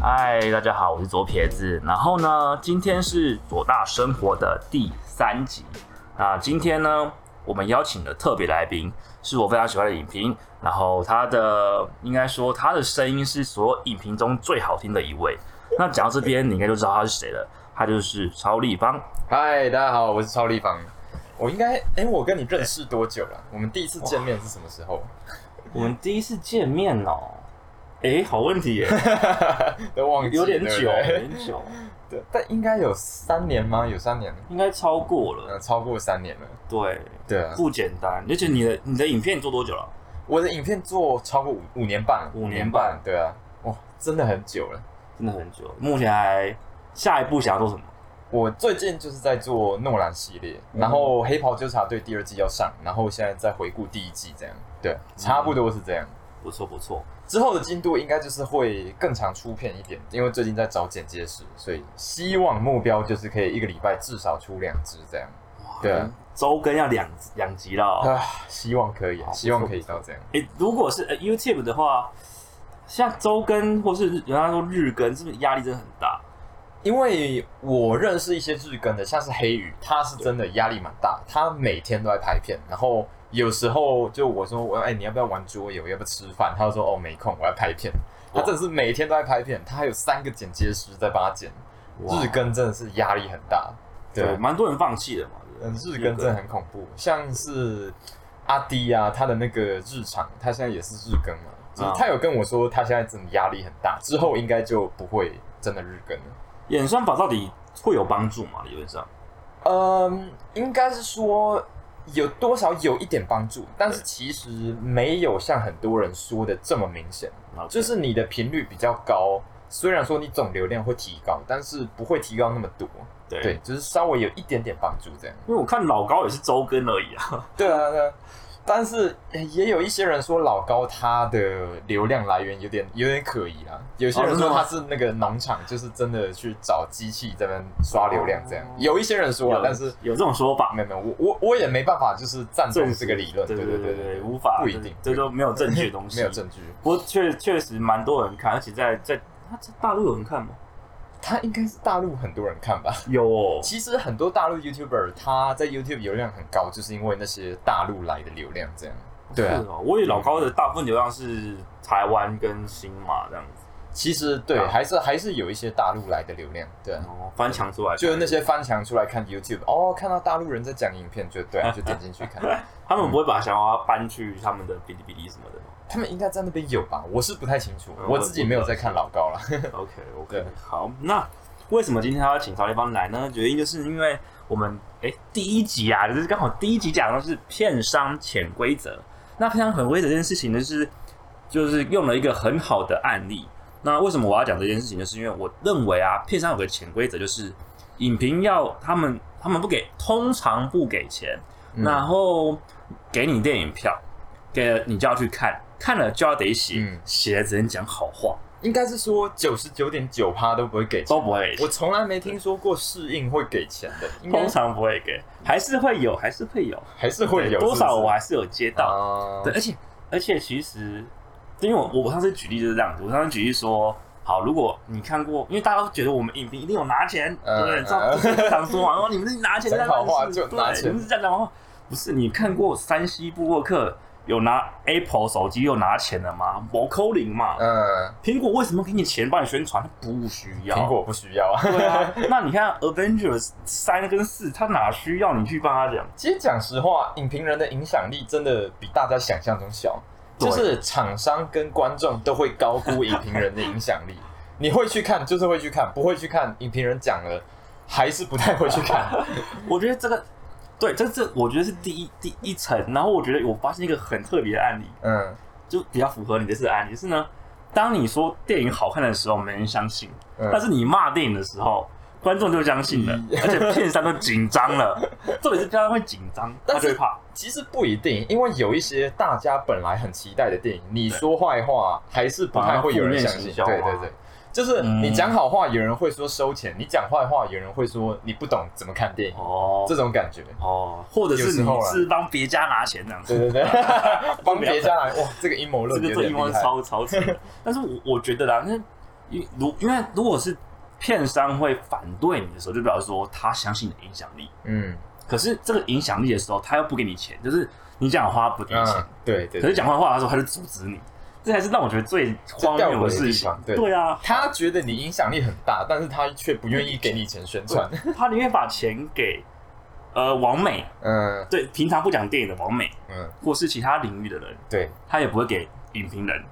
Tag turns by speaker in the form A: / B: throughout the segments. A: 嗨，大家好，我是左撇子。然后呢，今天是左大生活的第三集。那今天呢，我们邀请的特别来宾是我非常喜欢的影评，然后他的应该说他的声音是所有影评中最好听的一位。那讲到这边，你应该就知道他是谁了，他就是超立方。
B: 嗨，大家好，我是超立方。我应该，哎、我跟你认识多久了？我们第一次见面是什么时候？
A: 我们第一次见面哦，诶，好问题耶，
B: 都忘记了
A: 有点久，
B: 对不
A: 有
B: 对
A: 点久，
B: 对，但应该有三年吗？有三年，
A: 应该超过了。
B: 呃，超过三年了。
A: 对，
B: 对啊，
A: 不简单。而且你的你的影片做多久了？
B: 我的影片做超过五五年半，
A: 五年半
B: 对啊，哇，真的很久了。
A: 真的很久。目前还下一步想要做什么？
B: 我最近就是在做诺兰系列，
A: 嗯
B: 然后《黑袍纠察队》第二季要上，然后现在在回顾第一季，这样，对，
A: 嗯
B: 差不多是这样。
A: 不错不错，
B: 之后的进度应该就是会更常出片一点，因为最近在找剪接师，所以希望目标就是可以一个礼拜至少出两支这样。对啊，
A: 周更要两两集了哦。
B: 啊，希望可以
A: 好，不错
B: 希望可以到这样。
A: 诶，如果是、呃 YouTube 的话，像周更或是人家说日更，是不是压力真的很大？
B: 因为我认识一些日更的，像是黑鱼，他是真的压力蛮大，他每天都在拍片，然后有时候就我说我哎、你要不要玩桌游，要不要吃饭？他就说哦没空，我要拍片。他真的是每天都在拍片，他还有三个剪接师在帮他剪，
A: 哇
B: 日更真的是压力很大。对啊
A: 对，蛮多人放弃的嘛。对
B: 嗯
A: 不，对
B: 日更真的很恐怖，像是阿迪啊，他的那个日常，他现在也是日更嘛，就是
A: 啊
B: 他有跟我说他现在真的压力很大，之后应该就不会真的日更了。
A: 演算法到底会有帮助吗？理论上，
B: 嗯，应该是说有多少有一点帮助，但是其实没有像很多人说的这么明显，就是你的频率比较高，虽然说你总流量会提高，但是不会提高那么多，
A: 对
B: 对，就是稍微有一点点帮助这样。
A: 因为我看老高也是周更而已啊。
B: 对啊，对啊。但是呃也有一些人说老高他的流量来源有点有点可疑啊，有些人
A: 真的
B: 说
A: 吗
B: 他是那个农场，就是真的去找机器在那边刷流量这样
A: 哦，
B: 有一些人说啊，但是
A: 有这种说法，
B: 没有没有，我我我也没办法就是赞同这个理论，
A: 对
B: 对
A: 对
B: 对
A: 对，无法，
B: 不一定，
A: 这这都没有证据的东西，
B: 没有证据，
A: 不过确确实蛮多人看，而且在在他在大陆有人看吗？
B: 他应该是大陆很多人看吧。
A: 有哦，
B: 其实很多大陆 YouTuber 他在 YouTube 流量很高，就是因为那些大陆来的流量这样。对啊
A: 是，哦，我以为老高的大部分流量是台湾跟新马这样子，
B: 其实对，
A: 啊
B: 还是还是有一些大陆来的流量，对啊。
A: 哦，翻墙出来，
B: 就是那些翻墙出来看 YouTube，哦，看到大陆人在讲影片，就 对、啊，就点进去看。
A: 他们不会把小娃娃搬去他们的哔哩哔哩什么的吗
B: 他们应该在那边有吧？我是不太清楚
A: 嗯，
B: 我自己没有在看老高了。
A: ？OK OK，
B: 对
A: 好，那为什么今天他要请曹立方来呢？原因就是因为我们哎第一集啊，就是刚好第一集讲的是片商潜规则，那片商潜规则这件事情呢是就是用了一个很好的案例。那为什么我要讲这件事情呢？就是因为我认为啊，片商有个潜规则，就是影评要他们他们不给，通常不给钱，
B: 嗯
A: 然后给你电影票，给了你就要去看，看了就要得写
B: 嗯，
A: 写、了只能讲好话，
B: 应该是说九十九点九趴都不会给钱，
A: 都不会
B: 我从来没听说过适应会给钱的，应该
A: 通常不会给，还是会有，还是会有，
B: 还是啊哦会有
A: 多少我
B: 玩
A: 还是有接到。
B: 到
A: 对，而且而且其实，因为我我上次举例就是这样子，我上次举例说，好，如果你看过，因为大家都觉得我们影评一定有拿钱，对
B: 嗯
A: 不对？
B: 嗯
A: 这样这样常说嘛，然后你们是拿钱在
B: 讲好话
A: 办事
B: 就拿
A: 对
B: 钱
A: 你们是这样讲话，不是？你看过山西布洛克有拿 Apple 手机又拿钱的吗？某扣零嘛，
B: 嗯，
A: 苹果为什么给你钱帮你宣传？不需要，
B: 苹果不需要啊。
A: 对啊，那你看 Avengers 三跟四，他哪需要你去帮他讲？
B: 其实讲实话，影评人的影响力真的比大家想象中小，
A: 对
B: 就是厂商跟观众都会高估影评人的影响 力。你会去看，就是会去看；不会去看，影评人讲了，还是不太会去看。
A: 我觉得这个，对，这这我觉得是第一第一层。然后我觉得我发现一个很特别的案例，
B: 嗯，
A: 就比较符合你的这个案例是呢，当你说电影好看的时候，没人相信；
B: 嗯
A: 但是你骂电影的时候，观众就相信了，而且片商都紧张 了。重点是片商会紧张，他
B: 但
A: 就是会怕。
B: 其实不一定，因为有一些大家本来很期待的电影，你说坏话还是不太会有人相信。
A: 反而负面行
B: 对
A: 销啊
B: 对对，就是
A: 嗯
B: 你讲好话，有人会说收钱；你讲坏话，有人会说你不懂怎么看电影，
A: 哦
B: 这种感觉。
A: 哦，或者
B: 有
A: 是
B: 时
A: 你
B: 候啦
A: 是帮别家拿钱这样子。
B: 对对 对，帮别家来哇，这个阴谋
A: 这
B: 论
A: 个
B: 有
A: 这
B: 点
A: 一
B: 厉
A: 方
B: 害。
A: 超超扯的。但是我我觉得啦，那因如因为如果是片商会反对你的时候，就表示说他相信你的影响力。
B: 嗯
A: 可是这个影响力的时候，他又不给你钱，就是你讲话不给你钱，
B: 嗯，对对
A: 可是
B: 对，
A: 讲坏话的时候他就阻止你，这才是让我觉得最荒谬的事情
B: 这吊诡的地方。对
A: 啊，
B: 他觉得你影响力很大，但是他却不愿意给你钱宣传。
A: 他宁愿把钱给呃王美，
B: 嗯
A: 对平常不讲电影的王美，
B: 嗯，
A: 或是其他领域的人，
B: 对，
A: 他也不会给影评人。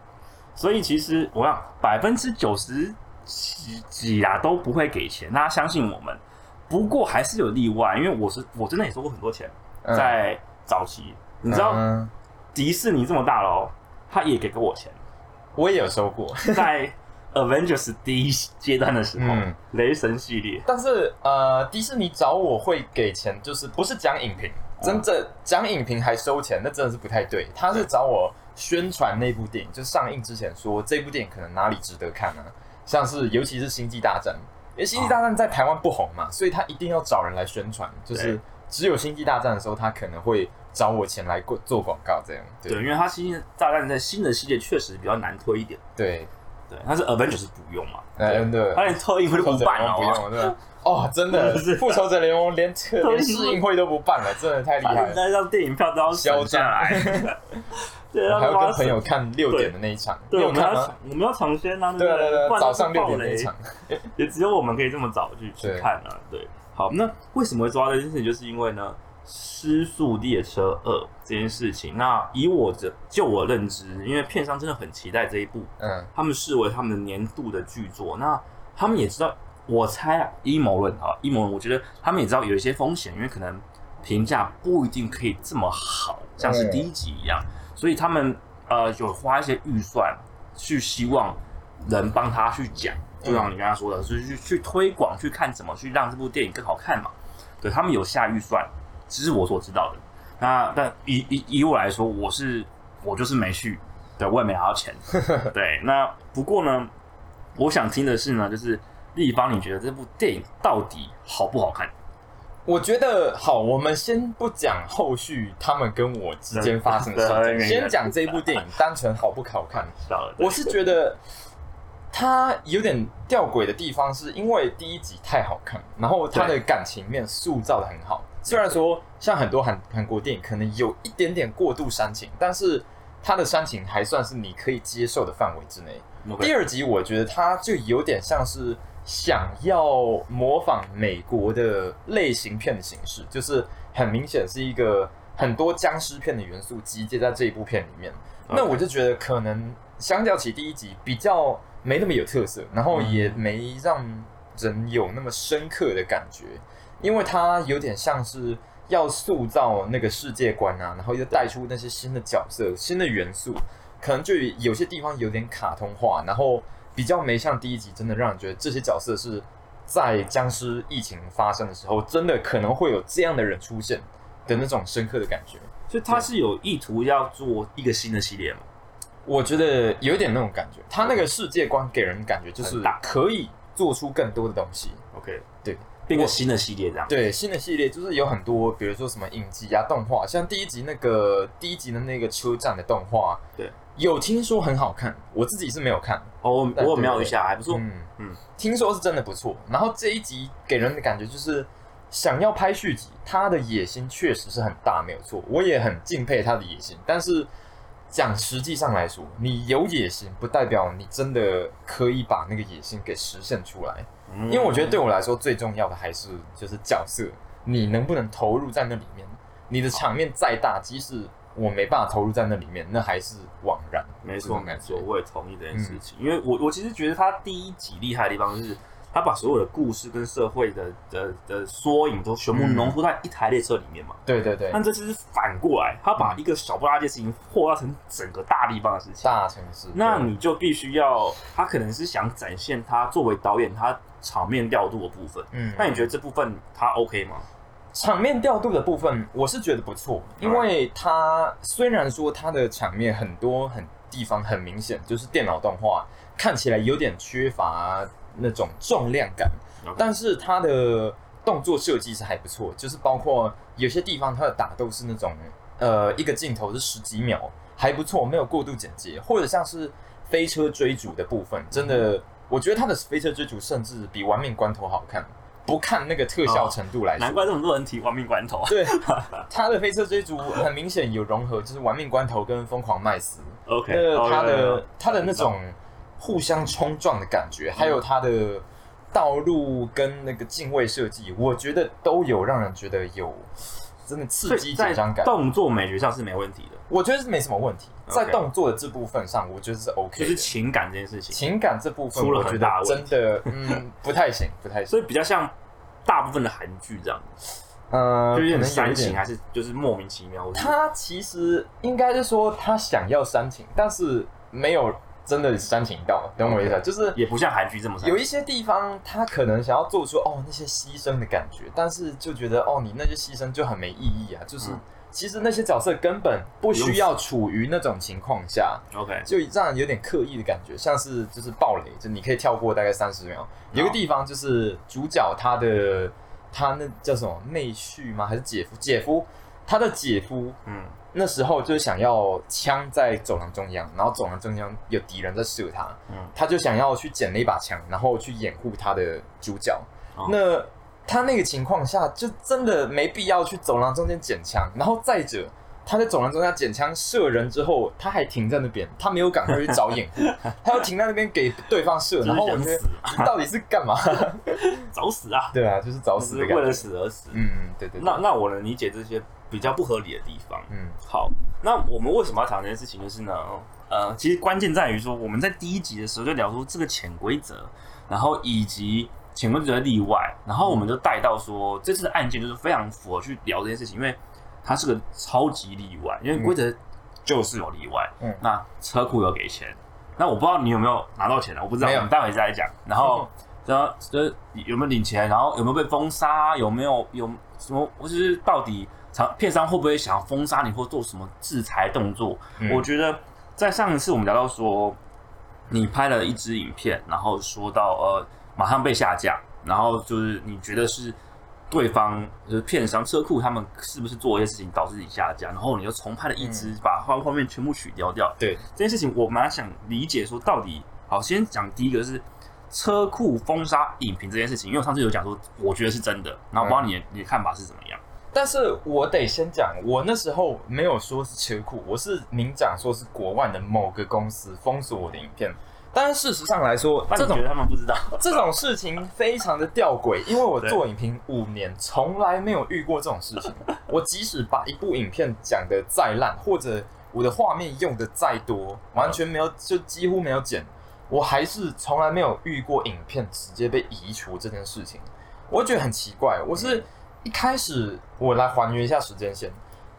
A: 所以其实我想百分之九十几几啊都不会给钱，大家相信我们。不过还是有例外，因为我是我真的也收过很多钱，
B: 嗯
A: 在早期，你知道
B: 嗯
A: 迪士尼这么大喽，他也给过我 钱，
B: 我也有收过，
A: 在 Avengers 第一阶段的时候，
B: 嗯
A: 雷神系列，
B: 但是呃，迪士尼找我会给钱，就是不是讲影评，
A: 嗯
B: 真正讲影评还收钱，那真的是不太对。他是找我宣传那部电影，就是上映之前说这部电影可能哪里值得看啊，像是尤其是《星际大战》，因为
A: 哦
B: 《星际大战》在台湾不红嘛，所以他一定要找人来宣传，就是
A: 对
B: 只有《星际大战》的时候，他可能会找我钱来过做广告这样。对
A: 对，因为它新的炸弹在新的系列确实比较难推一点，
B: 对，
A: 对，但是 Avengers 不用嘛，
B: 呃
A: 对，
B: 对
A: 他。连特映会都啊
B: 复仇
A: 不
B: 者
A: 办
B: 联
A: 了
B: 盟
A: 好不好，
B: 不用了，对吧？哦，真的
A: 是，啊
B: 复仇者联盟 连特连试映会都不办了，真的太厉害
A: 反
B: 了
A: 正。再让电影票都要
B: 嚣
A: 省
B: 张
A: 下 来，对，
B: 我
A: 让
B: 还
A: 他
B: 要
A: 妈
B: 跟朋友看六点的那一场，你
A: 对，我
B: 有
A: 们
B: 看
A: 要
B: 吗？
A: 我们要抢先啊，
B: 对啊
A: 不
B: 对啊
A: 不
B: 对啊，
A: 然都
B: 早
A: 是
B: 上六
A: 暴
B: 点那
A: 雷
B: 一场，
A: 也只有我们可以这么早去去
B: 对嗯
A: 看啊。对，好，那为什么会抓到这件事情？就是因为呢，《失速列车二》这件事情。那以我这就我认知，因为片商真的很期待这一部，
B: 嗯
A: 他们视为他们的年度的巨作。那他们也知道，我猜啊，阴谋论啊，阴谋论，我觉得他们也知道有一些风险，因为可能评价不一定可以这么好，像是第一集一样，所以他们呃有花一些预算去希望人帮他去讲，就像你刚刚说的，就是去去推广，去看怎么去让这部电影更好看嘛。对他们有下预算，只是我所知道的。那但以以以我来说，我是我就是没去，对我也没拿到钱。对，那不过呢，我想听的是呢，就是立方，你觉得这部电影到底好不好看？
B: 我觉得好，我们先不讲后续他们跟我之间发生 的
A: 对
B: 事
A: 对
B: 情，先讲这部 电影单纯好不好看。
A: 知道了，对
B: 我是觉得它有点吊诡的地方，是因为第一集太好看，然后它的感情面塑造的很好。虽然说像很多韩韩国电影可能有一点点过度煽情，但是它的煽情还算是你可以接受的范围之内。第二集我觉得它就有点像是想要模仿美国的类型片的形式，就是很明显是一个很多僵尸片的元素集结在这一部片里面。
A: OK
B: 那我就觉得可能相较起第一集比较没那么有特色，然后也没让人有那么深刻的感觉，因为它有点像是。要塑造那个世界观啊，然后又带出那些新的角色、新的元素，可能就有些地方有点卡通化，然后比较没像第一集真的让人觉得这些角色是在僵尸疫情发生的时候，真的可能会有这样的人出现的那种深刻的感觉。
A: 所以他是有意图要做一个新的系列嘛？
B: 我觉得有点那种感觉，他那个世界观给人感觉就是
A: 很大
B: 可以做出更多的东西。
A: OK，
B: 对，
A: 变个新的系列这样。
B: 对，新的系列就是有很多，比如说什么影集啊、动画，像第一集那个第一集的那个车站的动画，
A: 对，
B: 有听说很好看，我自己是没有看，
A: 哦，我
B: 对
A: 我有瞄一下，还不错。
B: 嗯
A: 嗯
B: 嗯，听说是真的不错。然后这一集给人的感觉就是想要拍续集，他的野心确实是很大，没有错。我也很敬佩他的野心，但是讲实际上来说，你有野心不代表你真的可以把那个野心给实现出来。
A: 因
B: 因为我觉得对我来说最重要的还是就是角色，你能不能投入在那里面？你的场面再大，即使我没办法投入在那里面，那还是枉然。
A: 没
B: 这
A: 错
B: 种
A: 没
B: 感觉嗯
A: 错，我也同意这件事情。因为我我其实觉得他第一集厉害的地方就是，他把所有的故事跟社会的的的缩影都全部
B: 嗯
A: 浓缩在一台列车里面嘛。
B: 对对对，
A: 但这次是反过来，他把一个小不拉几的事情扩大成整个大地方的事情。
B: 大城市，
A: 那
B: 对
A: 你就必须要，他可能是想展现他作为导演他场面调度的部分。
B: 嗯
A: 那你觉得这部分他 OK 吗？
B: 场面调度的部分，我是觉得不错，因为它虽然说它的场面很多很地方很明显，就是电脑动画看起来有点缺乏那种重量感
A: OK
B: 但是它的动作设计是还不错，就是包括有些地方它的打斗是那种呃一个镜头是十几秒，还不错，没有过度剪辑，或者像是飞车追逐的部分，真的我觉得他的《飞车追逐》甚至比《玩命关头》好看，不看那个特效程度来说。
A: 难怪这么多人提亡命关头。
B: 对，他的《飞车追逐》很明显有融合，就是《玩命关头》跟《疯狂麦斯》
A: OK，
B: 那
A: 哦
B: 呃他
A: 有有有
B: 的他的那种互相冲撞的感觉，
A: 嗯
B: 还有他的道路跟那个敬畏设计，我觉得都有让人觉得有真的刺
A: 所
B: 激
A: 以在
B: 紧张感。
A: 动作美学上是没问题的，
B: 我觉得是没什么问题，
A: OK
B: 在动作的这部分上，我觉得是
A: 就
B: OK
A: 是
B: 的。
A: 情感这件事情，
B: 情感这部分，
A: 出了
B: 我觉
A: 很
B: 得
A: 大的问
B: 真的，嗯，不太行，不太 行。
A: 所以比较像大部分的韩剧这样，
B: 呃，
A: 就有点
B: 可能有一
A: 煽情，
B: 点。
A: 还是就是莫名其妙。
B: 他其实应该是说他想要煽情，但是没有真的煽情到，懂我意思？就是
A: 也不像韩剧这么煽
B: 有一些地方他可能想要做出哦那些牺牲的感觉，但是就觉得哦你那些牺牲就很没意义啊，就是、
A: 嗯
B: 其实那些角色根本不
A: 不用
B: 需要处于那种情况下，
A: OK，
B: 就让人有点刻意的感觉，像是就是暴雷，就你可以跳过大概三十秒。有一个地方就是主角他的他那叫什么内婿吗？还是姐夫？姐夫，他的姐夫
A: 嗯，
B: 那时候就是想要枪在走廊中央，然后走廊中央有敌人在射他，
A: 嗯
B: 他就想要去捡了一把枪，然后去掩护他的主角。
A: 哦
B: 那他那个情况下，就真的没必要去走廊中间捡枪。然后再者，他在走廊中间捡枪射人之后，他还停在那边，他没有赶快去找掩 护，他又停在那边给对方射。
A: 就是
B: 嗯然后我
A: 想
B: 觉得
A: 死
B: 你到底是 干嘛？
A: 找死啊，
B: 对啊，就是找
A: 只
B: 死
A: 是
B: 的
A: 为
B: 感
A: 了
B: 觉。
A: 死而死。
B: 嗯嗯，对对对，
A: 那那我能理解这些比较不合理的地方。
B: 嗯
A: 好，那我们为什么要谈这件事情？就是呢，呃，其实关键在于说，我们在第一集的时候就聊出这个潜规则，然后以及潜规则的例外，然后我们就带到说，这次的案件就是非常符合去聊这件事情，因为它是个超级例外，因为规则就是有例外。
B: 嗯
A: 那车库有给钱，那我不知道你有没有拿到钱啊？我不知道，
B: 没有
A: 我们待会再来讲。然后。然后就是有没有领钱，然后有没有被封杀，有没有有什么，或者是到底厂片商会不会想封杀你或做什么制裁动作？
B: 嗯
A: 我觉得在上一次我们聊到说，你拍了一支影片，然后说到呃马上被下架，然后就是你觉得是对方就是片商车库他们是不是做一些事情导致你下架，然后你又重拍了一支，把画画面全部取消掉。
B: 对
A: 这件事情，我蛮想理解说到底。好，先讲第一个是车库封杀影评这件事情，因为我上次有讲说，我觉得是真的，然后我不知道
B: 嗯
A: 你的、你的看法是怎么样。
B: 但是我得先讲，我那时候没有说是车库，我是明讲说是国外的某个公司封锁我的影片。但是事实上来说，
A: 那
B: 这
A: 你觉
B: 种
A: 得他们不知道？
B: 这种事情非常的吊诡，因为我
A: 对
B: 做影评五年，从来没有遇过这种事情。我即使把一部影片讲的再烂，或者我的画面用的再多，完全没有，就几乎没有剪，我还是从来没有遇过影片直接被移除这件事情。我觉得很奇怪，我是一开始我来还原一下时间线。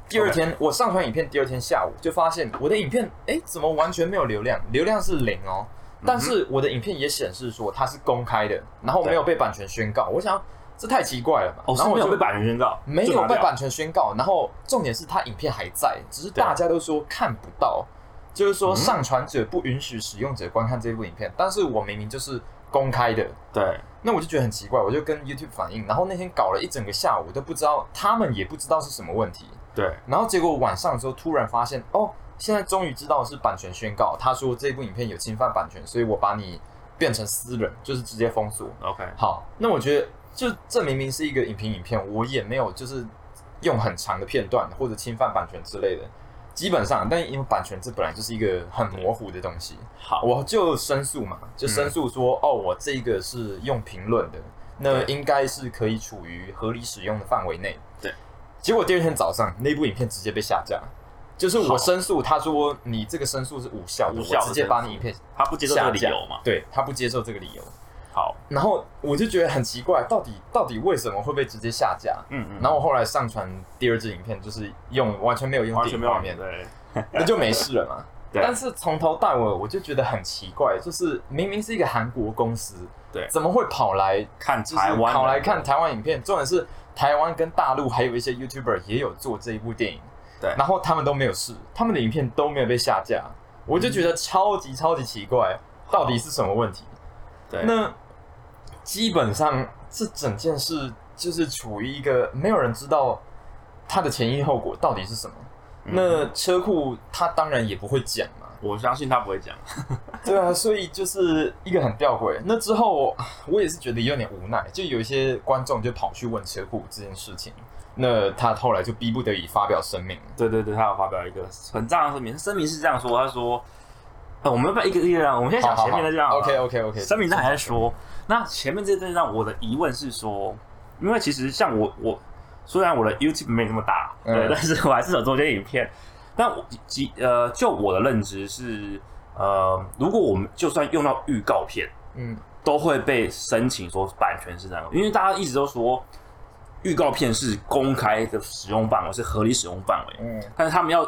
B: 第二天我上传影片，第二天下午就发现我的影片，哎，怎么完全没有流量？流量是零哦。但是我的影片也显示说它是公开的，然后没有被版权宣告。我想这太奇怪了吧？
A: 哦，
B: 然
A: 是
B: 后
A: 没
B: 我
A: 有
B: 就
A: 被版权宣告，
B: 没
A: 就
B: 有
A: 拿
B: 被
A: 掉
B: 版权宣告，然后重点是他影片还在，只是大家都说看不到，就是说
A: 啊嗯
B: 上传者不允许使用者观看这部影片，但是我明明就是公开的，
A: 对，
B: 那我就觉得很奇怪，我就跟 YouTube 反映，然后那天搞了一整个下午都不知道，他们也不知道是什么问题，
A: 对，
B: 然后结果晚上的时候突然发现，哦，现在终于知道是版权宣告，他说这部影片有侵犯版权，所以我把你变成私人，就是直接封锁。
A: OK，
B: 好，那我觉得就这明明是一个影评影片，我也没有就是用很长的片段或者侵犯版权之类的，基本上，但因为版权这本来就是一个很模糊的东西，
A: 好，
B: 我就申诉嘛，就
A: 嗯
B: 申诉说、哦，我这个是用评论的，那
A: 对
B: 应该是可以处于合理使用的范围内。
A: 对，
B: 结果第二天早上那部影片直接被下架，就是我
A: 好
B: 申诉，他说你这个申诉是无效的，
A: 无效的
B: 我直接把你影片
A: 他不接受这
B: 下
A: 个理
B: 架
A: 由嘛？
B: 对他不接受这个理由，
A: 好，
B: 然后我就觉得很奇怪，到底到底为什么会被直接下架？
A: 嗯嗯，
B: 然后我后来上传第二支影片，就是用完全没有用
A: 完
B: 电
A: 全
B: 影
A: 没有
B: 画
A: 画
B: 面
A: 面，，对，
B: 那就没事了嘛。
A: 对
B: 但是从头到尾我就觉得很奇怪，就是明明是一个韩国公司，
A: 对
B: 怎么会跑来
A: 看
B: 就是
A: 台湾，
B: 跑来看，台湾影片？重点是台湾跟大陆还有一些 YouTuber 也有做这一部电影，
A: 对
B: 然后他们都没有事，他们的影片都没有被下架，我就觉得超级超级奇怪，到底是什么问题？
A: 嗯对，
B: 那基本上这整件事就是处于一个没有人知道它的前因后果到底是什么。
A: 嗯
B: 那车库他当然也不会讲嘛，
A: 我相信他不会讲。
B: 对啊，所以就是一个很吊诡。那之后，我也是觉得有点无奈，就有一些观众就跑去问车库这件事情，那他后来就逼不得已发表声明。
A: 对对对，他有发表一个很炸的声明，声明是这样说，他说：“呃，我们要不要一个一个让？我们先讲前面的这样。
B: OK OK OK，
A: 声明上还在说，那前面这段让我的疑问是说，因为其实像我我虽然我的 YouTube 没有那么大，对，
B: 嗯
A: 但是我还是有做这些影片。但我即呃，就我的认知是，呃，如果我们就算用到预告片，
B: 嗯，
A: 都会被申请说版权是哪个，因为大家一直都说预告片是公开的使用范围，是合理使用范围。
B: 嗯，
A: 但是他们要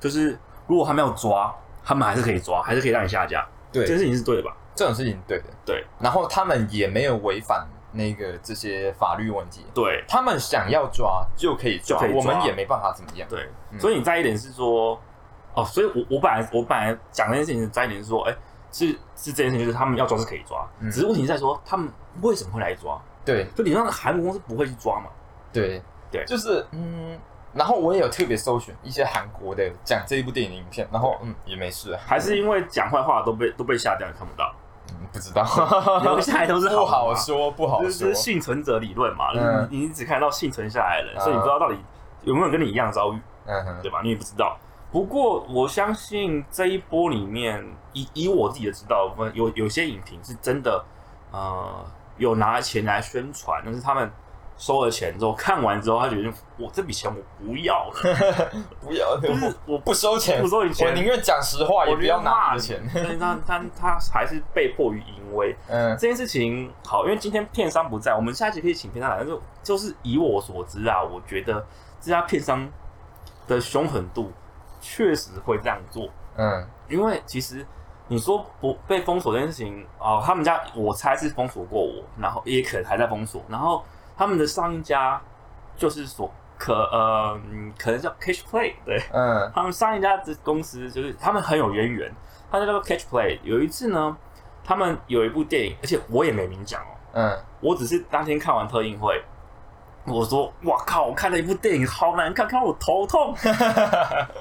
A: 就是如果他们要抓，他们还是可以抓，还是可以让你下架，
B: 对，
A: 这件事情是对的吧？
B: 这种事情对的。
A: 对
B: 然后他们也没有违反那个这些法律问题，
A: 对
B: 他们想要抓就可以抓，
A: 就可以抓
B: 我们也没办法怎么样。
A: 对，
B: 嗯
A: 所以你在意点是说，哦，所以我我本来我本来讲这件事情的在意点是说，哎、是是这件事情，就是他们要抓是可以抓，
B: 嗯
A: 只是问题在说他们为什么会来抓？
B: 对
A: 就理论上韩国公司不会去抓嘛？
B: 对
A: 对
B: 就是嗯。然后我也有特别搜寻一些韩国的讲这一部电影的影片，然后嗯也没事，
A: 还是因为讲坏话都被都被下掉，看不 到，
B: 嗯不 知道，
A: 留下来都是
B: 不
A: 好
B: 好
A: 的嘛
B: 说，不好
A: 就
B: 说
A: 是。幸存者理论嘛，
B: 嗯
A: 你你只看到幸存下来的人，
B: 嗯
A: 所以你不知道到底有没有跟你一样遭遇。
B: 嗯哼，
A: 对吧？你也不知道。不过我相信这一波里面，以以我自己的知道的部分，有有些影评是真的，呃，有拿钱来宣传，但是他们收了钱之后，看完之后，他觉得我这笔钱我不要了，
B: 不要，
A: 就是我
B: 不收钱
A: 不，收你
B: 我
A: 钱，
B: 宁愿讲实话，也
A: 我
B: 不
A: 宁愿
B: 要拿
A: 骂
B: 你的钱。
A: 但是他他他还是被迫于淫威，
B: 嗯
A: 这件事情好，因为今天片商不在，我们下一集可以请片商来。但是就是以我所知啊，我觉得这家片商的凶狠度确实会这样做，
B: 嗯
A: 因为其实你说不被封锁这件事情哦，他们家我猜是封锁过我，然后也可能还在封锁，然后他们的上一家就是所可呃嗯可能叫 Catch Play 对，
B: 嗯
A: 他们上一家的公司就是他们很有渊源，他们叫做 Catch Play。有一次呢，他们有一部电影，而且我也没明讲哦，
B: 嗯
A: 我只是当天看完特映会，我说哇靠，我看了一部电影好难看，看到我头痛。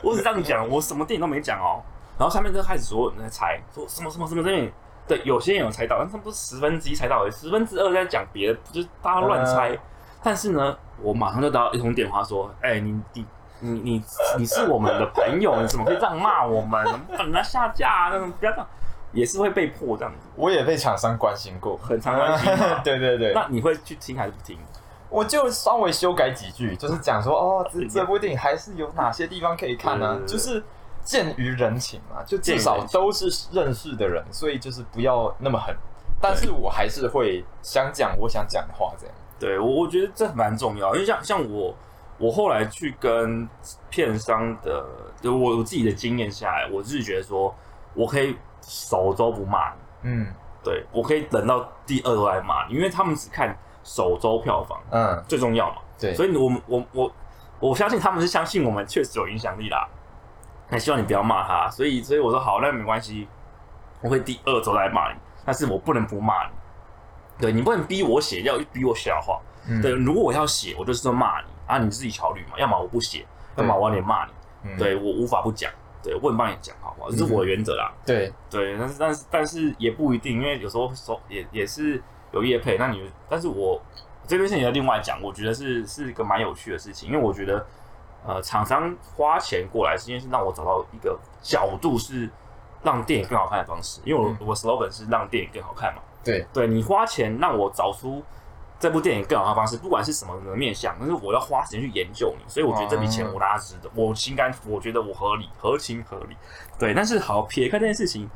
A: 我只这样讲，我什么电影都没讲哦。然后下面就开始所有人在猜，说什么什么什么电影。对，有些人有猜到，但他们不是十分之一猜到而已，十分之二在讲别的，就是大家乱猜。
B: 嗯
A: 但是呢，我马上就得到一通电话说：“哎、你你你你你是我们的朋友，你怎么可以这样骂我们？把人家下架、啊，那种不要这样，也是会被迫这样子，
B: 我也被厂商关心过。
A: 很常关心嘛。
B: 对对对，
A: 那你会去听还是不听？
B: 我就稍微修改几句，就是讲说哦，这
A: 对
B: 这部电影还是有哪些地方可以看呢、啊
A: 对对对
B: 就是鉴于人情嘛，就
A: 鉴于
B: 至
A: 人
B: 少
A: 情
B: 都是认识的人，所以就是不要那么狠。但是我还是会想讲我想讲的话，这样。
A: 对我，我觉得这蛮重要，因为像像我，我后来去跟片商的，就我我自己的经验下来，我是觉得说，我可以首周不骂你，
B: 嗯
A: 对我可以等到第二周来骂你，因为他们只看首周票房
B: 嗯，
A: 最重要嘛，
B: 对，
A: 所以我们我我我相信他们是相信我们确实有影响力啦，那希望你不要骂他，所以所以我说好，那没关系，我会第二周来骂你，但是我不能不骂你，对你不能逼我写，要逼我写的话。
B: 嗯
A: 对，，如果我要写，我就是说骂你啊，你自己考虑嘛，要么我不写，要
B: 对
A: 么我要你骂你，
B: 嗯
A: 对我无法不讲，对，我不能帮你讲，好不好？这是
B: 嗯
A: 我的原则啦。
B: 对，
A: 对，但是但是但是也不一定，因为有时候说也也是有业配，那你但是我这件事情要另外讲，我觉得是是一个蛮有趣的事情，因为我觉得呃厂商花钱过来，是因为是让我找到一个角度是让电影更好看的方式，因为我、
B: 嗯
A: 我 slogan 是让电影更好看嘛。
B: 对，
A: 对你花钱让我找出这部电影更好的方式，不管是什么的面向，但是我要花时间去研究你，所以我觉得这笔钱
B: 哦
A: 我拿值得，我心甘，我觉得我合理，合情合理。对，但是好撇开这件事情，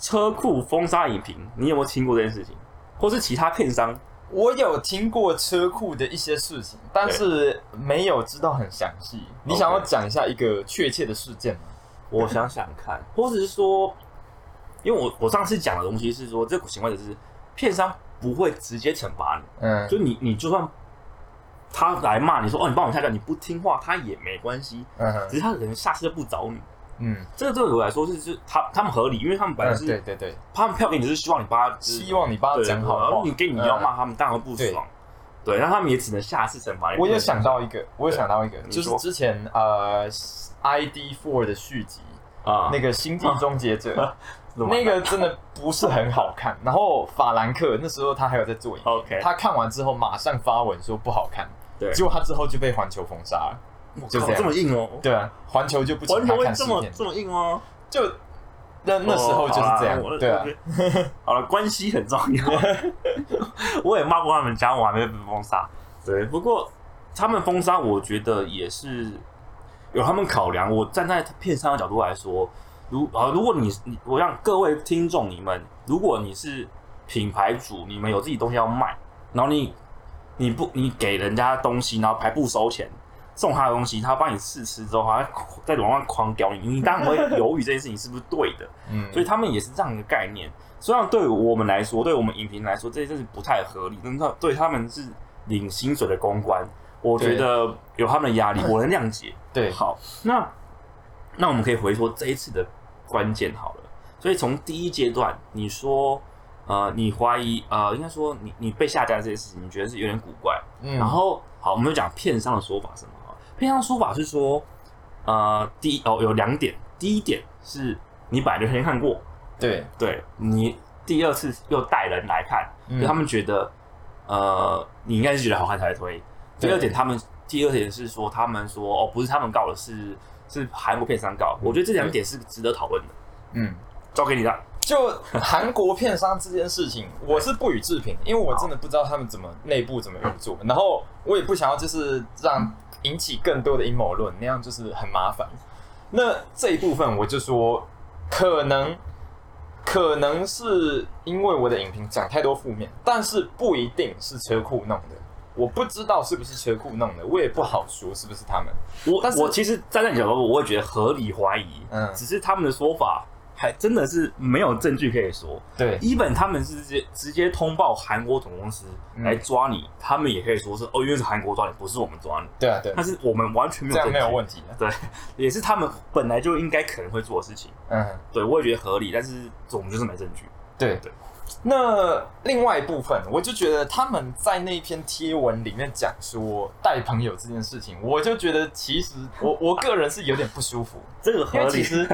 A: 车库封杀影评，你有没有听过这件事情？或是其他片商？
B: 我有听过车库的一些事情，但是没有知道很详细。你想要讲一下一个确切的事件吗？
A: 我想想 看，或者是说，因为我我上次讲的东西是说，这个行为只是片商不会直接惩罚你，
B: 嗯
A: 就你你就算他来骂你说哦你帮我下架，你不听话他也没关系，
B: 嗯
A: 只
B: 哼
A: 是他可能下次就不找你。
B: 嗯
A: 这个对我来说是是他他们合理，因为他们本来
B: 嗯，
A: 是、
B: 对对对，
A: 他们票给你就是希望你把他就是
B: 希望你帮他
A: 对
B: 讲好
A: 然
B: 话嗯
A: 后。你给你要骂他们，当然会不爽。对，那他们也只能下次惩罚你。
B: 我有想到一个，我有想到一个，
A: 你
B: 就是
A: 说
B: 之前呃，ID Four 的续集，
A: 啊，
B: 那个《星际终结 者》
A: 怎么
B: 那个真的不是很好看。然后法兰克那时候他还有在做影片
A: OK
B: 他看完之后马上发文说不好看，
A: 对，
B: 结果他之后就被环球封杀了。
A: 我
B: 就
A: 靠
B: 这样
A: 这么硬哦，
B: 对啊，环球就不请
A: 完
B: 他
A: 全会
B: 看
A: 这
B: 新
A: 么
B: 片，
A: 这么硬哦。
B: 就那那时候就是这样，
A: 哦
B: 对啊，。
A: 好啦我好了，关系很重要。 我也骂过他们家，我还没被封杀。对，不过他们封杀，我觉得也是有他们考量。我站在片商的角度来说，如啊、如果你你，我让各位听众你们，如果你是品牌主，你们有自己东西要卖，然后你你不你给人家东西，然后还不收钱。送他的东西，他帮你试吃之后，他在网上狂屌你，你当然会犹豫这件事情是不是对的。
B: 嗯，
A: 所以他们也是这样的概念。虽然对我们来说，对我们影评来说，这件事不太合理，但是对他们是领薪水的公关，我觉得有他们的压力，我能谅解。
B: 对，
A: 好，那那我们可以回说这一次的关键好了。所以从第一阶段，你说呃，你怀疑呃，应该说你你被下架这件事情，你觉得是有点古怪。
B: 嗯，
A: 然后好，我们就讲片商的说法是什么啊？片商说法是说，呃，第一哦有两点，第一点是你本来就先看过，
B: 对，
A: 对你第二次又带人来看，
B: 嗯
A: 就他们觉得，呃，你应该是觉得好看才会推。第
B: 对
A: 二点，他们第二点是说，他们说哦，不是他们告的是是韩国片商告，我觉得这两点是值得讨论的。
B: 嗯，
A: 交给你了，
B: 就韩国片商这件事情，我是不予置评，因为我真的不知道他们怎么内部怎么运作，然后我也不想要就是让引起更多的阴谋论，那样就是很麻烦。那这一部分我就说，可能可能是因为我的影评讲太多负面，但是不一定是车库弄的，我不知道是不是车库弄的，我也不好说是不是他们。
A: 我
B: 但是
A: 我其实站在你角度，我也觉得合理怀疑，
B: 嗯
A: 只是他们的说法还真的是没有证据可以说。
B: 对，
A: 一本他们是直接直接通报韩国总公司
B: 嗯
A: 来抓你，他们也可以说是哦，因为是韩国抓你，不是我们抓你，
B: 对啊，对，
A: 但是我们完全没
B: 这
A: 有证
B: 样
A: 据，
B: 没有问题的。
A: 对，也是他们本来就应该可能会做的事情。
B: 嗯。
A: 对我也觉得合理，但是我们就是没证据。
B: 对
A: 对。
B: 那另外一部分，我就觉得他们在那篇贴文里面讲说带朋友这件事情，我就觉得其实我 我个人是有点不舒服，
A: 这个
B: 因
A: 合
B: 为
A: 理
B: 其实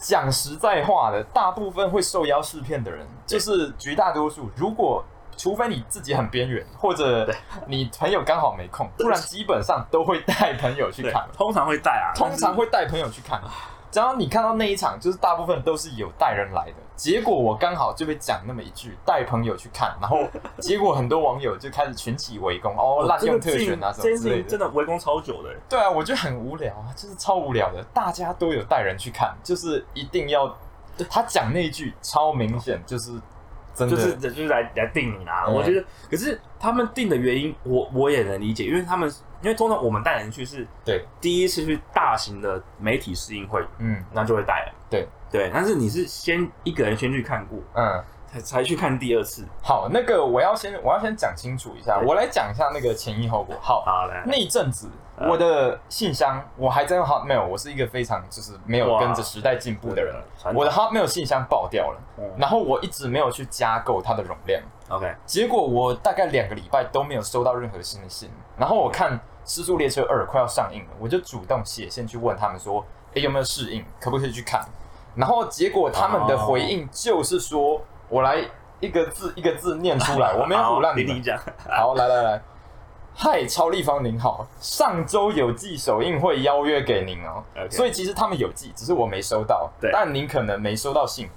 B: 讲实在话的，大部分会受邀试片的人，就是绝大多数，如果除非你自己很边缘，或者你朋友刚好没空，不然基本上都会带朋友去
A: 对
B: 看，。
A: 通常会带啊，
B: 通常会带朋友去看。只要你看到那一场，就是大部分都是有带人来的。结果我刚好就被讲那么一句，带朋友去看，然后结果很多网友就开始群起围攻，哦，
A: 但
B: 滥
A: 是
B: 用
A: 哦
B: 特权啊什
A: 这件
B: 么
A: 事情这件
B: 之
A: 事
B: 类
A: 情真
B: 的。
A: 的围攻超久的，
B: 对啊，我就很无聊啊，就是超无聊的。大家都有带人去看，就是一定要他讲那一句，超明显就是真的，
A: 就是就是来来定你啦、
B: 嗯
A: 我觉得，可是他们定的原因，我我也能理解，因为他们因为通常我们带人去是
B: 对，
A: 第一次去大型的媒体试映会，
B: 嗯
A: 那就会带了。
B: 对
A: 对，但是你是先一个人先去看过，
B: 嗯。
A: 才才去看第二次。
B: 好，那个我要先我要先讲清楚一下，
A: 对
B: 我来讲一下那个前因后果。好，
A: 好来，
B: 那一阵子，
A: 呃
B: 我的信箱我还真 Hotmail，我是一个非常就是没有
A: 哇
B: 跟着时代进步的人，
A: 传统
B: 我的 Hotmail 信箱爆掉了，
A: 嗯
B: 然后我一直没有去加购它的容量，
A: OK，
B: 结果我大概两个礼拜都没有收到任何新的信，然后我看《失速列车二》快要上映了，我就主动写信去问他们说，诶，有没有试映，可不可以去看？然后结果他们
A: 哦
B: 的回应就是说，我来一个字一个字念出来，我没有
A: 好
B: 唬烂你
A: 听
B: 们
A: 你，讲，
B: 好，来来来，嗨，超立方您好，上周有寄首映会邀约给您哦
A: OK
B: 所以其实他们有寄，只是我没收到，
A: 对
B: 但您可能没收到信。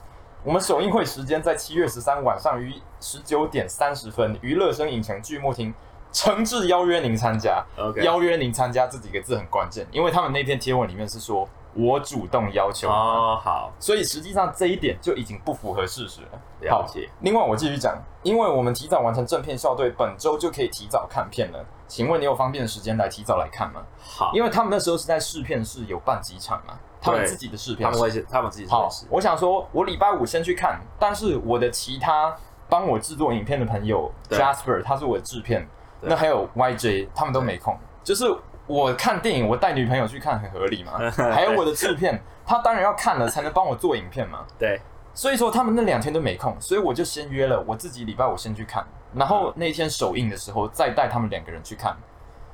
B: 我们首映会时间在七月十三晚上于十九点三十分，娱乐声影城剧目厅，诚挚邀约您参加。
A: OK
B: 邀约您参加这几个字很关键，因为他们那篇贴文里面是说我主动要求，
A: 哦，好，
B: 所以实际上这一点就已经不符合事实了。
A: 了解
B: 好。另外，我继续讲，因为我们提早完成正片校对，本周就可以提早看片了。请问你有方便的时间来提早来看吗？
A: 好，
B: 因为他们那时候是在试片室有办几场嘛，他们自己的试
A: 他
B: 片
A: 们
B: 室。
A: 会是他们自己
B: 好
A: 认识，。
B: 我想说，我礼拜五先去看，但是我的其他帮我制作影片的朋友
A: 对
B: Jasper，他是我的制片，
A: 对？
B: 那还有 YJ，他们都没空。就是我看电影，我带女朋友去看很合理嘛 还有我的制片，他当然要看了才能帮我做影片嘛。
A: 对，
B: 所以说他们那两天都没空，所以我就先约了我自己礼拜五先去看，然后那一天首映的时候再带他们两个人去看。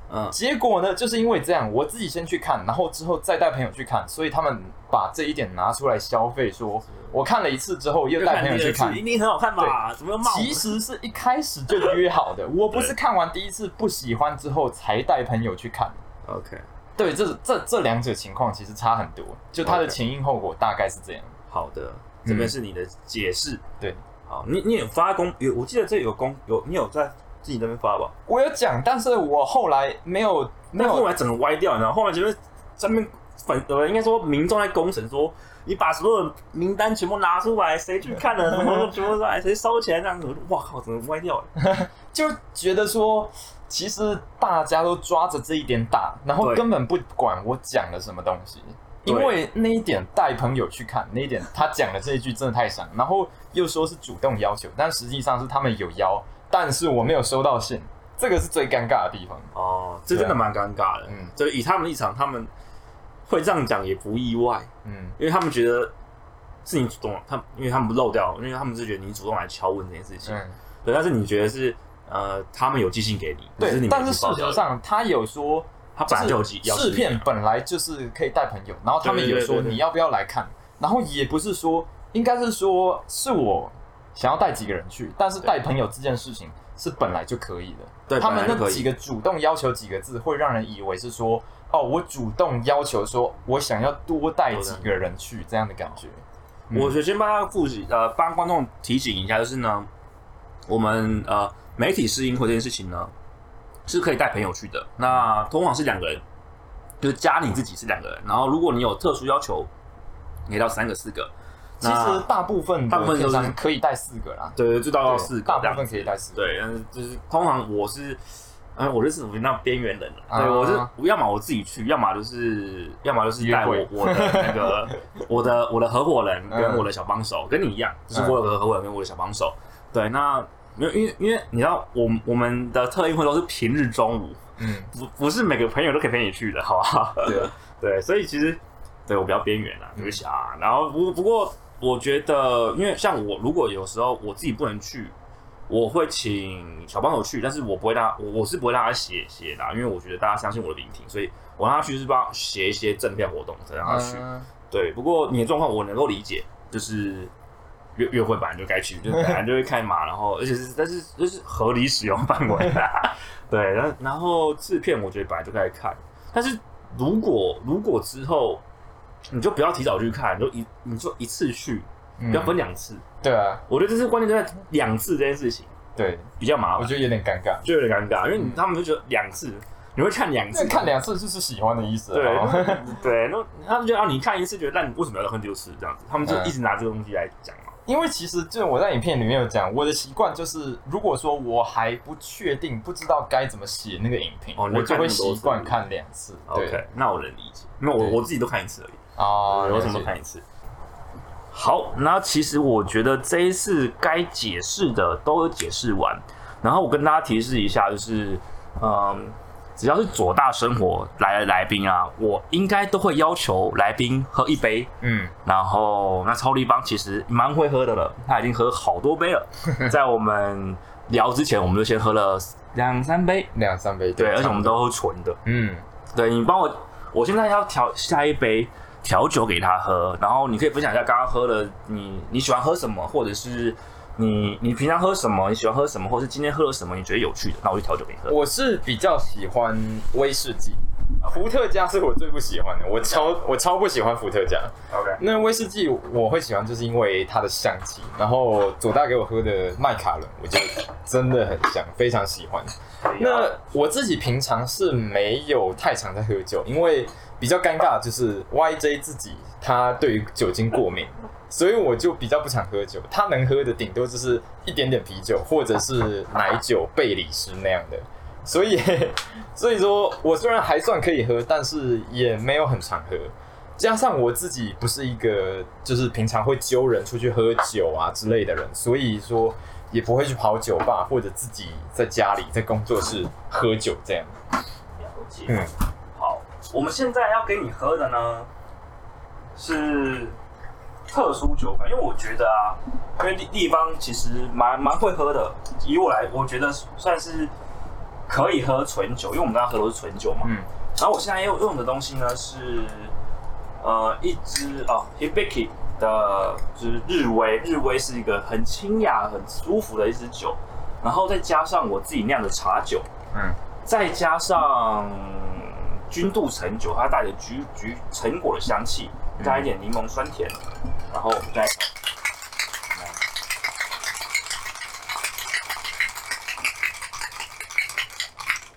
A: 嗯，
B: 结果呢，就是因为这样，我自己先去看，然后之后再带朋友去看，所以他们把这一点拿出来消费说，我看了一次之后又带朋友去看
A: 一。定很好看吧？怎么又骂我？
B: 其实是一开始就约好的，我不是看完第一次不喜欢之后才带朋友去看。
A: OK，
B: 对，这这这两者情况其实差很多，就它的
A: OK
B: 前因后果大概是这样。
A: 好的，这边是你的解释。
B: 嗯对，
A: 好，你你有发公有，我记得这有公有，你有在自己那边发吧？
B: 我有讲，但是我后来没有没
A: 那后
B: 有
A: 来整个歪掉，你知道吗，后来就是咱们粉呃，应该说民众在攻审说，你把所有名单全部拿出来，谁去看了，什 么全部出来，谁收钱这样子，我就哇靠，整个歪掉了。
B: 就觉得说，其实大家都抓着这一点打，然后
A: 对
B: 根本不管我讲了什么东西，
A: 对
B: 因为那一点带朋友去看，那一点他讲的这一句真的太闪，然后又说是主动要求，但实际上是他们有邀，但是我没有收到信，这个是最尴尬的地方。
A: 哦，这
B: 啊
A: 真的蛮尴尬的。
B: 嗯
A: 就是以他们立场，他们会这样讲也不意外，
B: 嗯，
A: 因为他们觉得是你主动，他们因为他们漏掉，因为他们是觉得你主动来敲问这件事情。
B: 嗯
A: 对，但是你觉得是呃，他们有寄信给你，只是
B: 对，
A: 你
B: 但
A: 没
B: 是
A: 去报
B: 事
A: 掉而
B: 实
A: 已，
B: 上他有说
A: 他本来就有寄
B: 就是试片，本来就是可以带朋友，然后他们有
A: 对对对
B: 说
A: 对对
B: 你要不要来看，然后也不是说，应该是说是我想要带几个人去，但是带朋友这件事情是本来就可以的。
A: 对，
B: 他们
A: 本来就
B: 那
A: 可
B: 几
A: 以。
B: 个主动要求几个字，会让人以为是说，哦，我主动要求说我想要多带几个人去这样的感觉。嗯
A: 我觉得先帮他复习，呃，帮观众提醒一下，就是呢，我们呃媒体试映会这件事情呢，是可以带朋友去的。那通常是两个人，就是加你自己是两个人，然后如果你有特殊要求，你可以到三个、四个。
B: 其实大部分
A: 大部分都
B: 都
A: 是
B: 是可以带四个啦，
A: 对，就到
B: 对
A: 四个
B: 大
A: 这样
B: 部分可以带四个。
A: 对，但是就是通常我是，嗯，我就是属于那边缘人了。
B: 啊
A: 对，我是要么我自己去，要么就是，要么就是带我
B: 约会
A: 我的那 个我的我的合伙人跟
B: 嗯
A: 我的小帮手，跟你一样，就是我有个合伙人跟我的小帮手。对，那没有，因为因为你知道，我我们的特映会都是平日中午，
B: 嗯，
A: 不不是每个朋友都可以陪你去的，好不好？
B: 对，
A: 对，所以其实对我比较边缘啊，对不起啊。然后不不过，我觉得因为像我，如果有时候我自己不能去，我会请小帮手去，但是我不会让他我我是不会让他写写的啊、因为我觉得大家相信我的聆听，所以我让他去就是帮他写一些赠票活动，才让他去。
B: 嗯
A: 对，不过你的状况我能够理解，就是。约约会本来就该去，就本来就会开 嘛，然后而且是但是就是合理使用范围 啦，对，然后然后制片我觉得本来就该看，但是如果如果之后你就不要提早去看，你就一你就一次去，
B: 嗯
A: 不要分两次。
B: 对啊，
A: 我觉得这是关键，就在两次这件事情
B: 对，
A: 比较麻
B: 我
A: 烦，
B: 觉得有点尴尬。
A: 就有点尴尬，因为你他们就觉得两次你会看两次
B: 这，看两次就是喜欢的意思啊。
A: 对对，那他们就啊你看一次觉得，那你为什么要看第二次这样子？他们就
B: 嗯
A: 一直拿这个东西来讲嘛。
B: 因为其实就是我在影片里面有讲，我的习惯就是，如果说我还不确定，不知道该怎么写那个影评，
A: 哦你会
B: 我就
A: 看
B: 会
A: 很多
B: 习
A: 次
B: 惯看两次。对
A: OK，那我能理解，因为我
B: 对
A: 我自己都看一次而已。
B: 啊，
A: 我什么
B: 了解
A: 看一次。好，那其实我觉得这一次该解释的都有解释完，然后我跟大家提示一下，就是嗯，只要是左大生活来的来宾啊，我应该都会要求来宾喝一杯。
B: 嗯，
A: 然后那超立邦其实蛮会喝的了，他已经喝好多杯 了，在我们聊之前，我们就先喝了两三杯，
B: 两三杯，
A: 对，而且我
B: 差不
A: 们
B: 多
A: 都喝纯的，
B: 嗯，
A: 对你帮我，我现在要调下一杯调酒给他喝，然后你可以分享一下刚刚喝了你你喜欢喝什么，或者是你你平常喝什么，你喜欢喝什么，或是今天喝了什么你觉得有趣的，那我就调酒给你喝。
B: 我是比较喜欢威士忌，伏特加是我最不喜欢的，我超我超不喜欢伏特加。
A: OK，
B: 那威士忌我会喜欢，就是因为它的香气。然后左大给我喝的麦卡伦，我就真的很香，非常喜欢。
A: 啊
B: 那我自己平常是没有太常在喝酒，因为比较尴尬的就是 YJ 自己他对于酒精过敏，所以我就比较不常喝酒。他能喝的顶多就是一点点啤酒或者是奶酒、贝里斯那样的。所以， 所以说我虽然还算可以喝，但是也没有很常喝。加上我自己不是一个就是平常会揪人出去喝酒啊之类的人，所以说也不会去跑酒吧或者自己在家里在工作室喝酒这样。
A: 了解
B: 嗯，
A: 好，我们现在要给你喝的呢是特殊酒款，因为我觉得啊，因为地地方其实蛮蛮会喝的，以我来，我觉得算是可以喝纯酒，因为我们刚刚喝的都是纯酒嘛。
B: 嗯，
A: 然后我现在用用的东西呢是，呃，一支哦 Hibiki 的，就是日威，日威是一个很清雅、很舒服的一支酒，然后再加上我自己酿的茶酒，
B: 嗯，
A: 再加上君度橙酒，它带着橘橘橙果的香气，加一点柠檬酸甜，然后我们再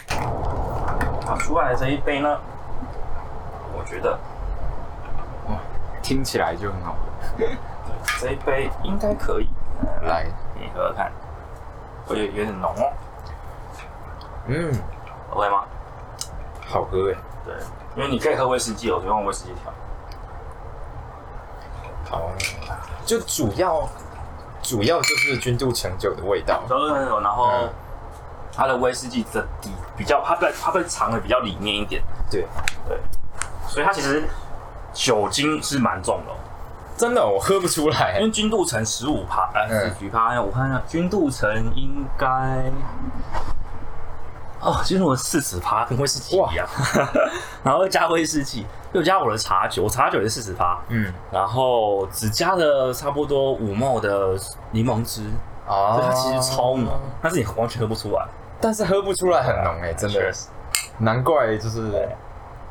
A: 好，出来的这一杯呢，我觉得
B: 哇，听起来就很好喝。
A: 这一杯应该可以，呃
B: 来，
A: 你喝喝看，我觉得有点浓哦，
B: 嗯，
A: 会吗？
B: 好喝哎，
A: 对，因为你可以喝威士忌，我就用威士忌调。
B: 好，啊就主要主要就是君度橙酒的味道。
A: 都是那种，然后
B: 嗯
A: 它的威士忌的底比较，它被它被藏的比较里面一点，
B: 对，
A: 所以它其实酒精是蛮重的哦、
B: 真的我喝不出来
A: 因。为君度橙十五趴，呃，
B: 哎嗯
A: 十几趴，我看一下，君度橙应该，哦，君度四十趴，跟威士忌一样， 然后加威士忌，又加我的茶酒，我茶酒也是四十趴，
B: 嗯，
A: 然后只加了差不多五毛的柠檬汁，
B: 哦
A: 所以它其实超浓，但是你完全喝不出来，
B: 但是喝不出来很浓哎，真的，
A: Cheers
B: 难怪就是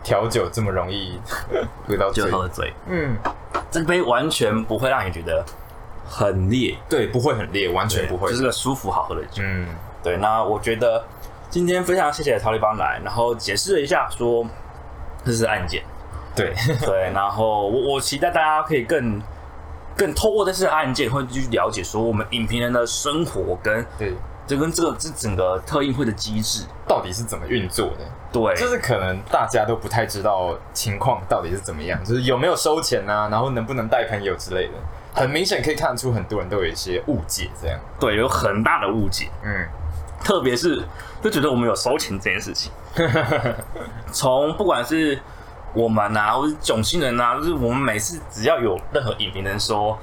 B: 调酒这么容易喝到
A: 就
B: 醉。
A: 喝醉。
B: 嗯，
A: 这杯完全不会让你觉得很烈，
B: 对，不会很烈，完全不会
A: 就。是个舒服好喝的酒。
B: 嗯，
A: 对，那我觉得今天非常谢谢陶立邦来，然后解释了一下说这是案 件，
B: 对，
A: 对，然后我我期待大家可以更更透过这次案件，会去了解说我们影评人的生活跟
B: 对，
A: 这跟这个这整个特映会的机制，
B: 到底是怎么运作的？
A: 对，
B: 就是可能大家都不太知道情况到底是怎么样，就是有没有收钱啊，然后能不能带朋友之类的，很明显可以看出很多人都有一些误解这样。
A: 对有很大的误解。
B: 嗯，
A: 特别是就觉得我们有收钱这件事情，从不管是我们啊，或是囧星人啊，就是我们每次只要有任何影评人说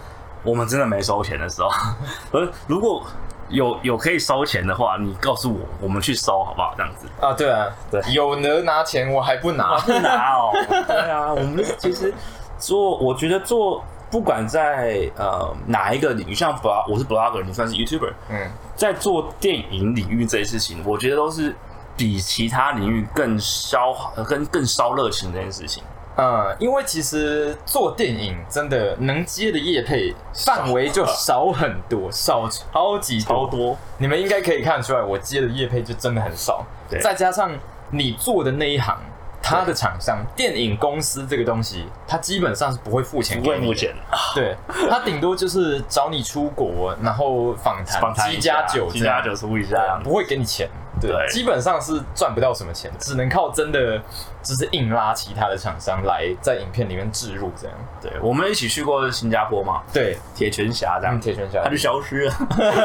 A: 我们真的没收钱的时候， 而如果有有可以收钱的话，你告诉我，我们去收好不好？这样子
B: 啊，对啊，
A: 对
B: 有能拿钱我还不 拿。
A: 不拿哦，对啊，我们其实做，我觉得做。不管在呃哪一个领域，像 blog，我是 blogger，你算是 YouTuber，
B: 嗯，
A: 在做电影领域这些事情，我觉得都是比其他领域更烧、更更烧热情这件事情。
B: 呃，因为其实做电影真的能接的业配范围就少很多，少超级多。
A: 多，
B: 你们应该可以看出来，我接的业配就真的很少
A: 对。
B: 再加上你做的那一行，它的厂商电影公司这个东西，它基本上是不会付钱
A: 不
B: 给
A: 会
B: 你
A: 目
B: 的。
A: 前
B: 对，它顶多就是找你出国，然后访
A: 访
B: 谈
A: 谈
B: 七加九
A: 七
B: 这样
A: 加，九出一
B: 对
A: 下
B: 啊，不会给你钱。对，
A: 对
B: 基本上是赚不到什么钱，只能靠真的就是硬拉其他的厂商来在影片里面置入这样。
A: 对，我们一起去过新加坡嘛，
B: 对，
A: 铁拳侠这
B: 咱
A: 样
B: 们
A: 子，
B: 嗯铁拳侠
A: 他就消失了，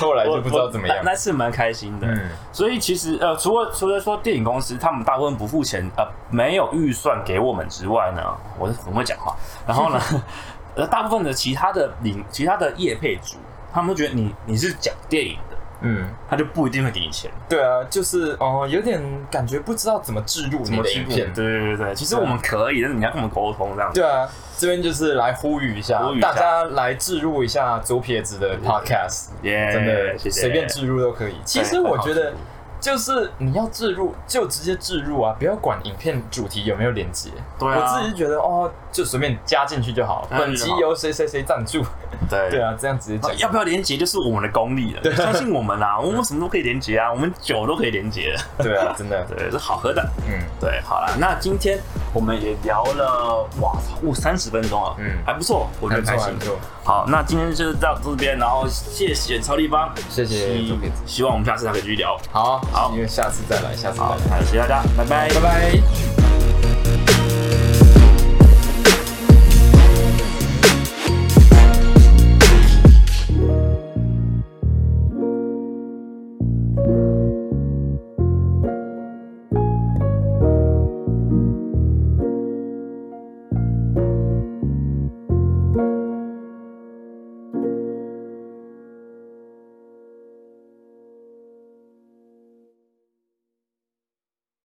B: 后来就
A: 我
B: 不知道怎么样
A: 我。那那次蛮开心的。
B: 嗯，
A: 所以其实呃，除了除了说电影公司他们大部分不付钱，呃，没有预算给我们之外呢，我是很会讲话。然后呢， 呃，大部分的其他的领其他的业配组，他们都觉得你你是讲电影的，
B: 嗯，
A: 他就不一定会给你钱，
B: 对啊，就是哦、有点感觉不知道怎么置入
A: 怎
B: 你
A: 么
B: 的
A: 去
B: 影
A: 做
B: 片。
A: 对对对对，其实我们可以，但是你要跟我们沟通这样子。
B: 对啊，这边就是来呼吁一下
A: 呼吁一下
B: 大家来置入一下左撇子的 podcast，
A: 耶，
B: 真的
A: 哎谢哎谢
B: 随便置入都可以。其实我觉得，就是你要置入就直接置入啊，不要管影片主题有没有连接。
A: 对啊
B: 我自己觉得哦，就随便加进去就好。
A: 加进
B: 本
A: 去就
B: 集
A: 好哎
B: 由谁谁谁赞助，
A: 对
B: 对。啊，这样直接讲。
A: 要不要连接就是我们的功力 了，相信我们啦、我们什么都可以连接啊，我们酒都可以连接，
B: 对啊，真的，
A: 对，是好喝的。
B: 嗯，
A: 对，好了，那今天我们也聊了，哇操，误三十分钟了，
B: 嗯
A: 还不错，我觉得
B: 很
A: 开
B: 开
A: 心
B: 心。，
A: 好，那今天就是到这边，然后谢谢超立方，
B: 谢谢
A: 希
B: 周撇子
A: 希望我们下次还可以继续聊。
B: 好，
A: 好
B: 因为下次再来，下次再
A: 好
B: 来，，
A: 好谢谢大家，拜拜
B: 拜拜。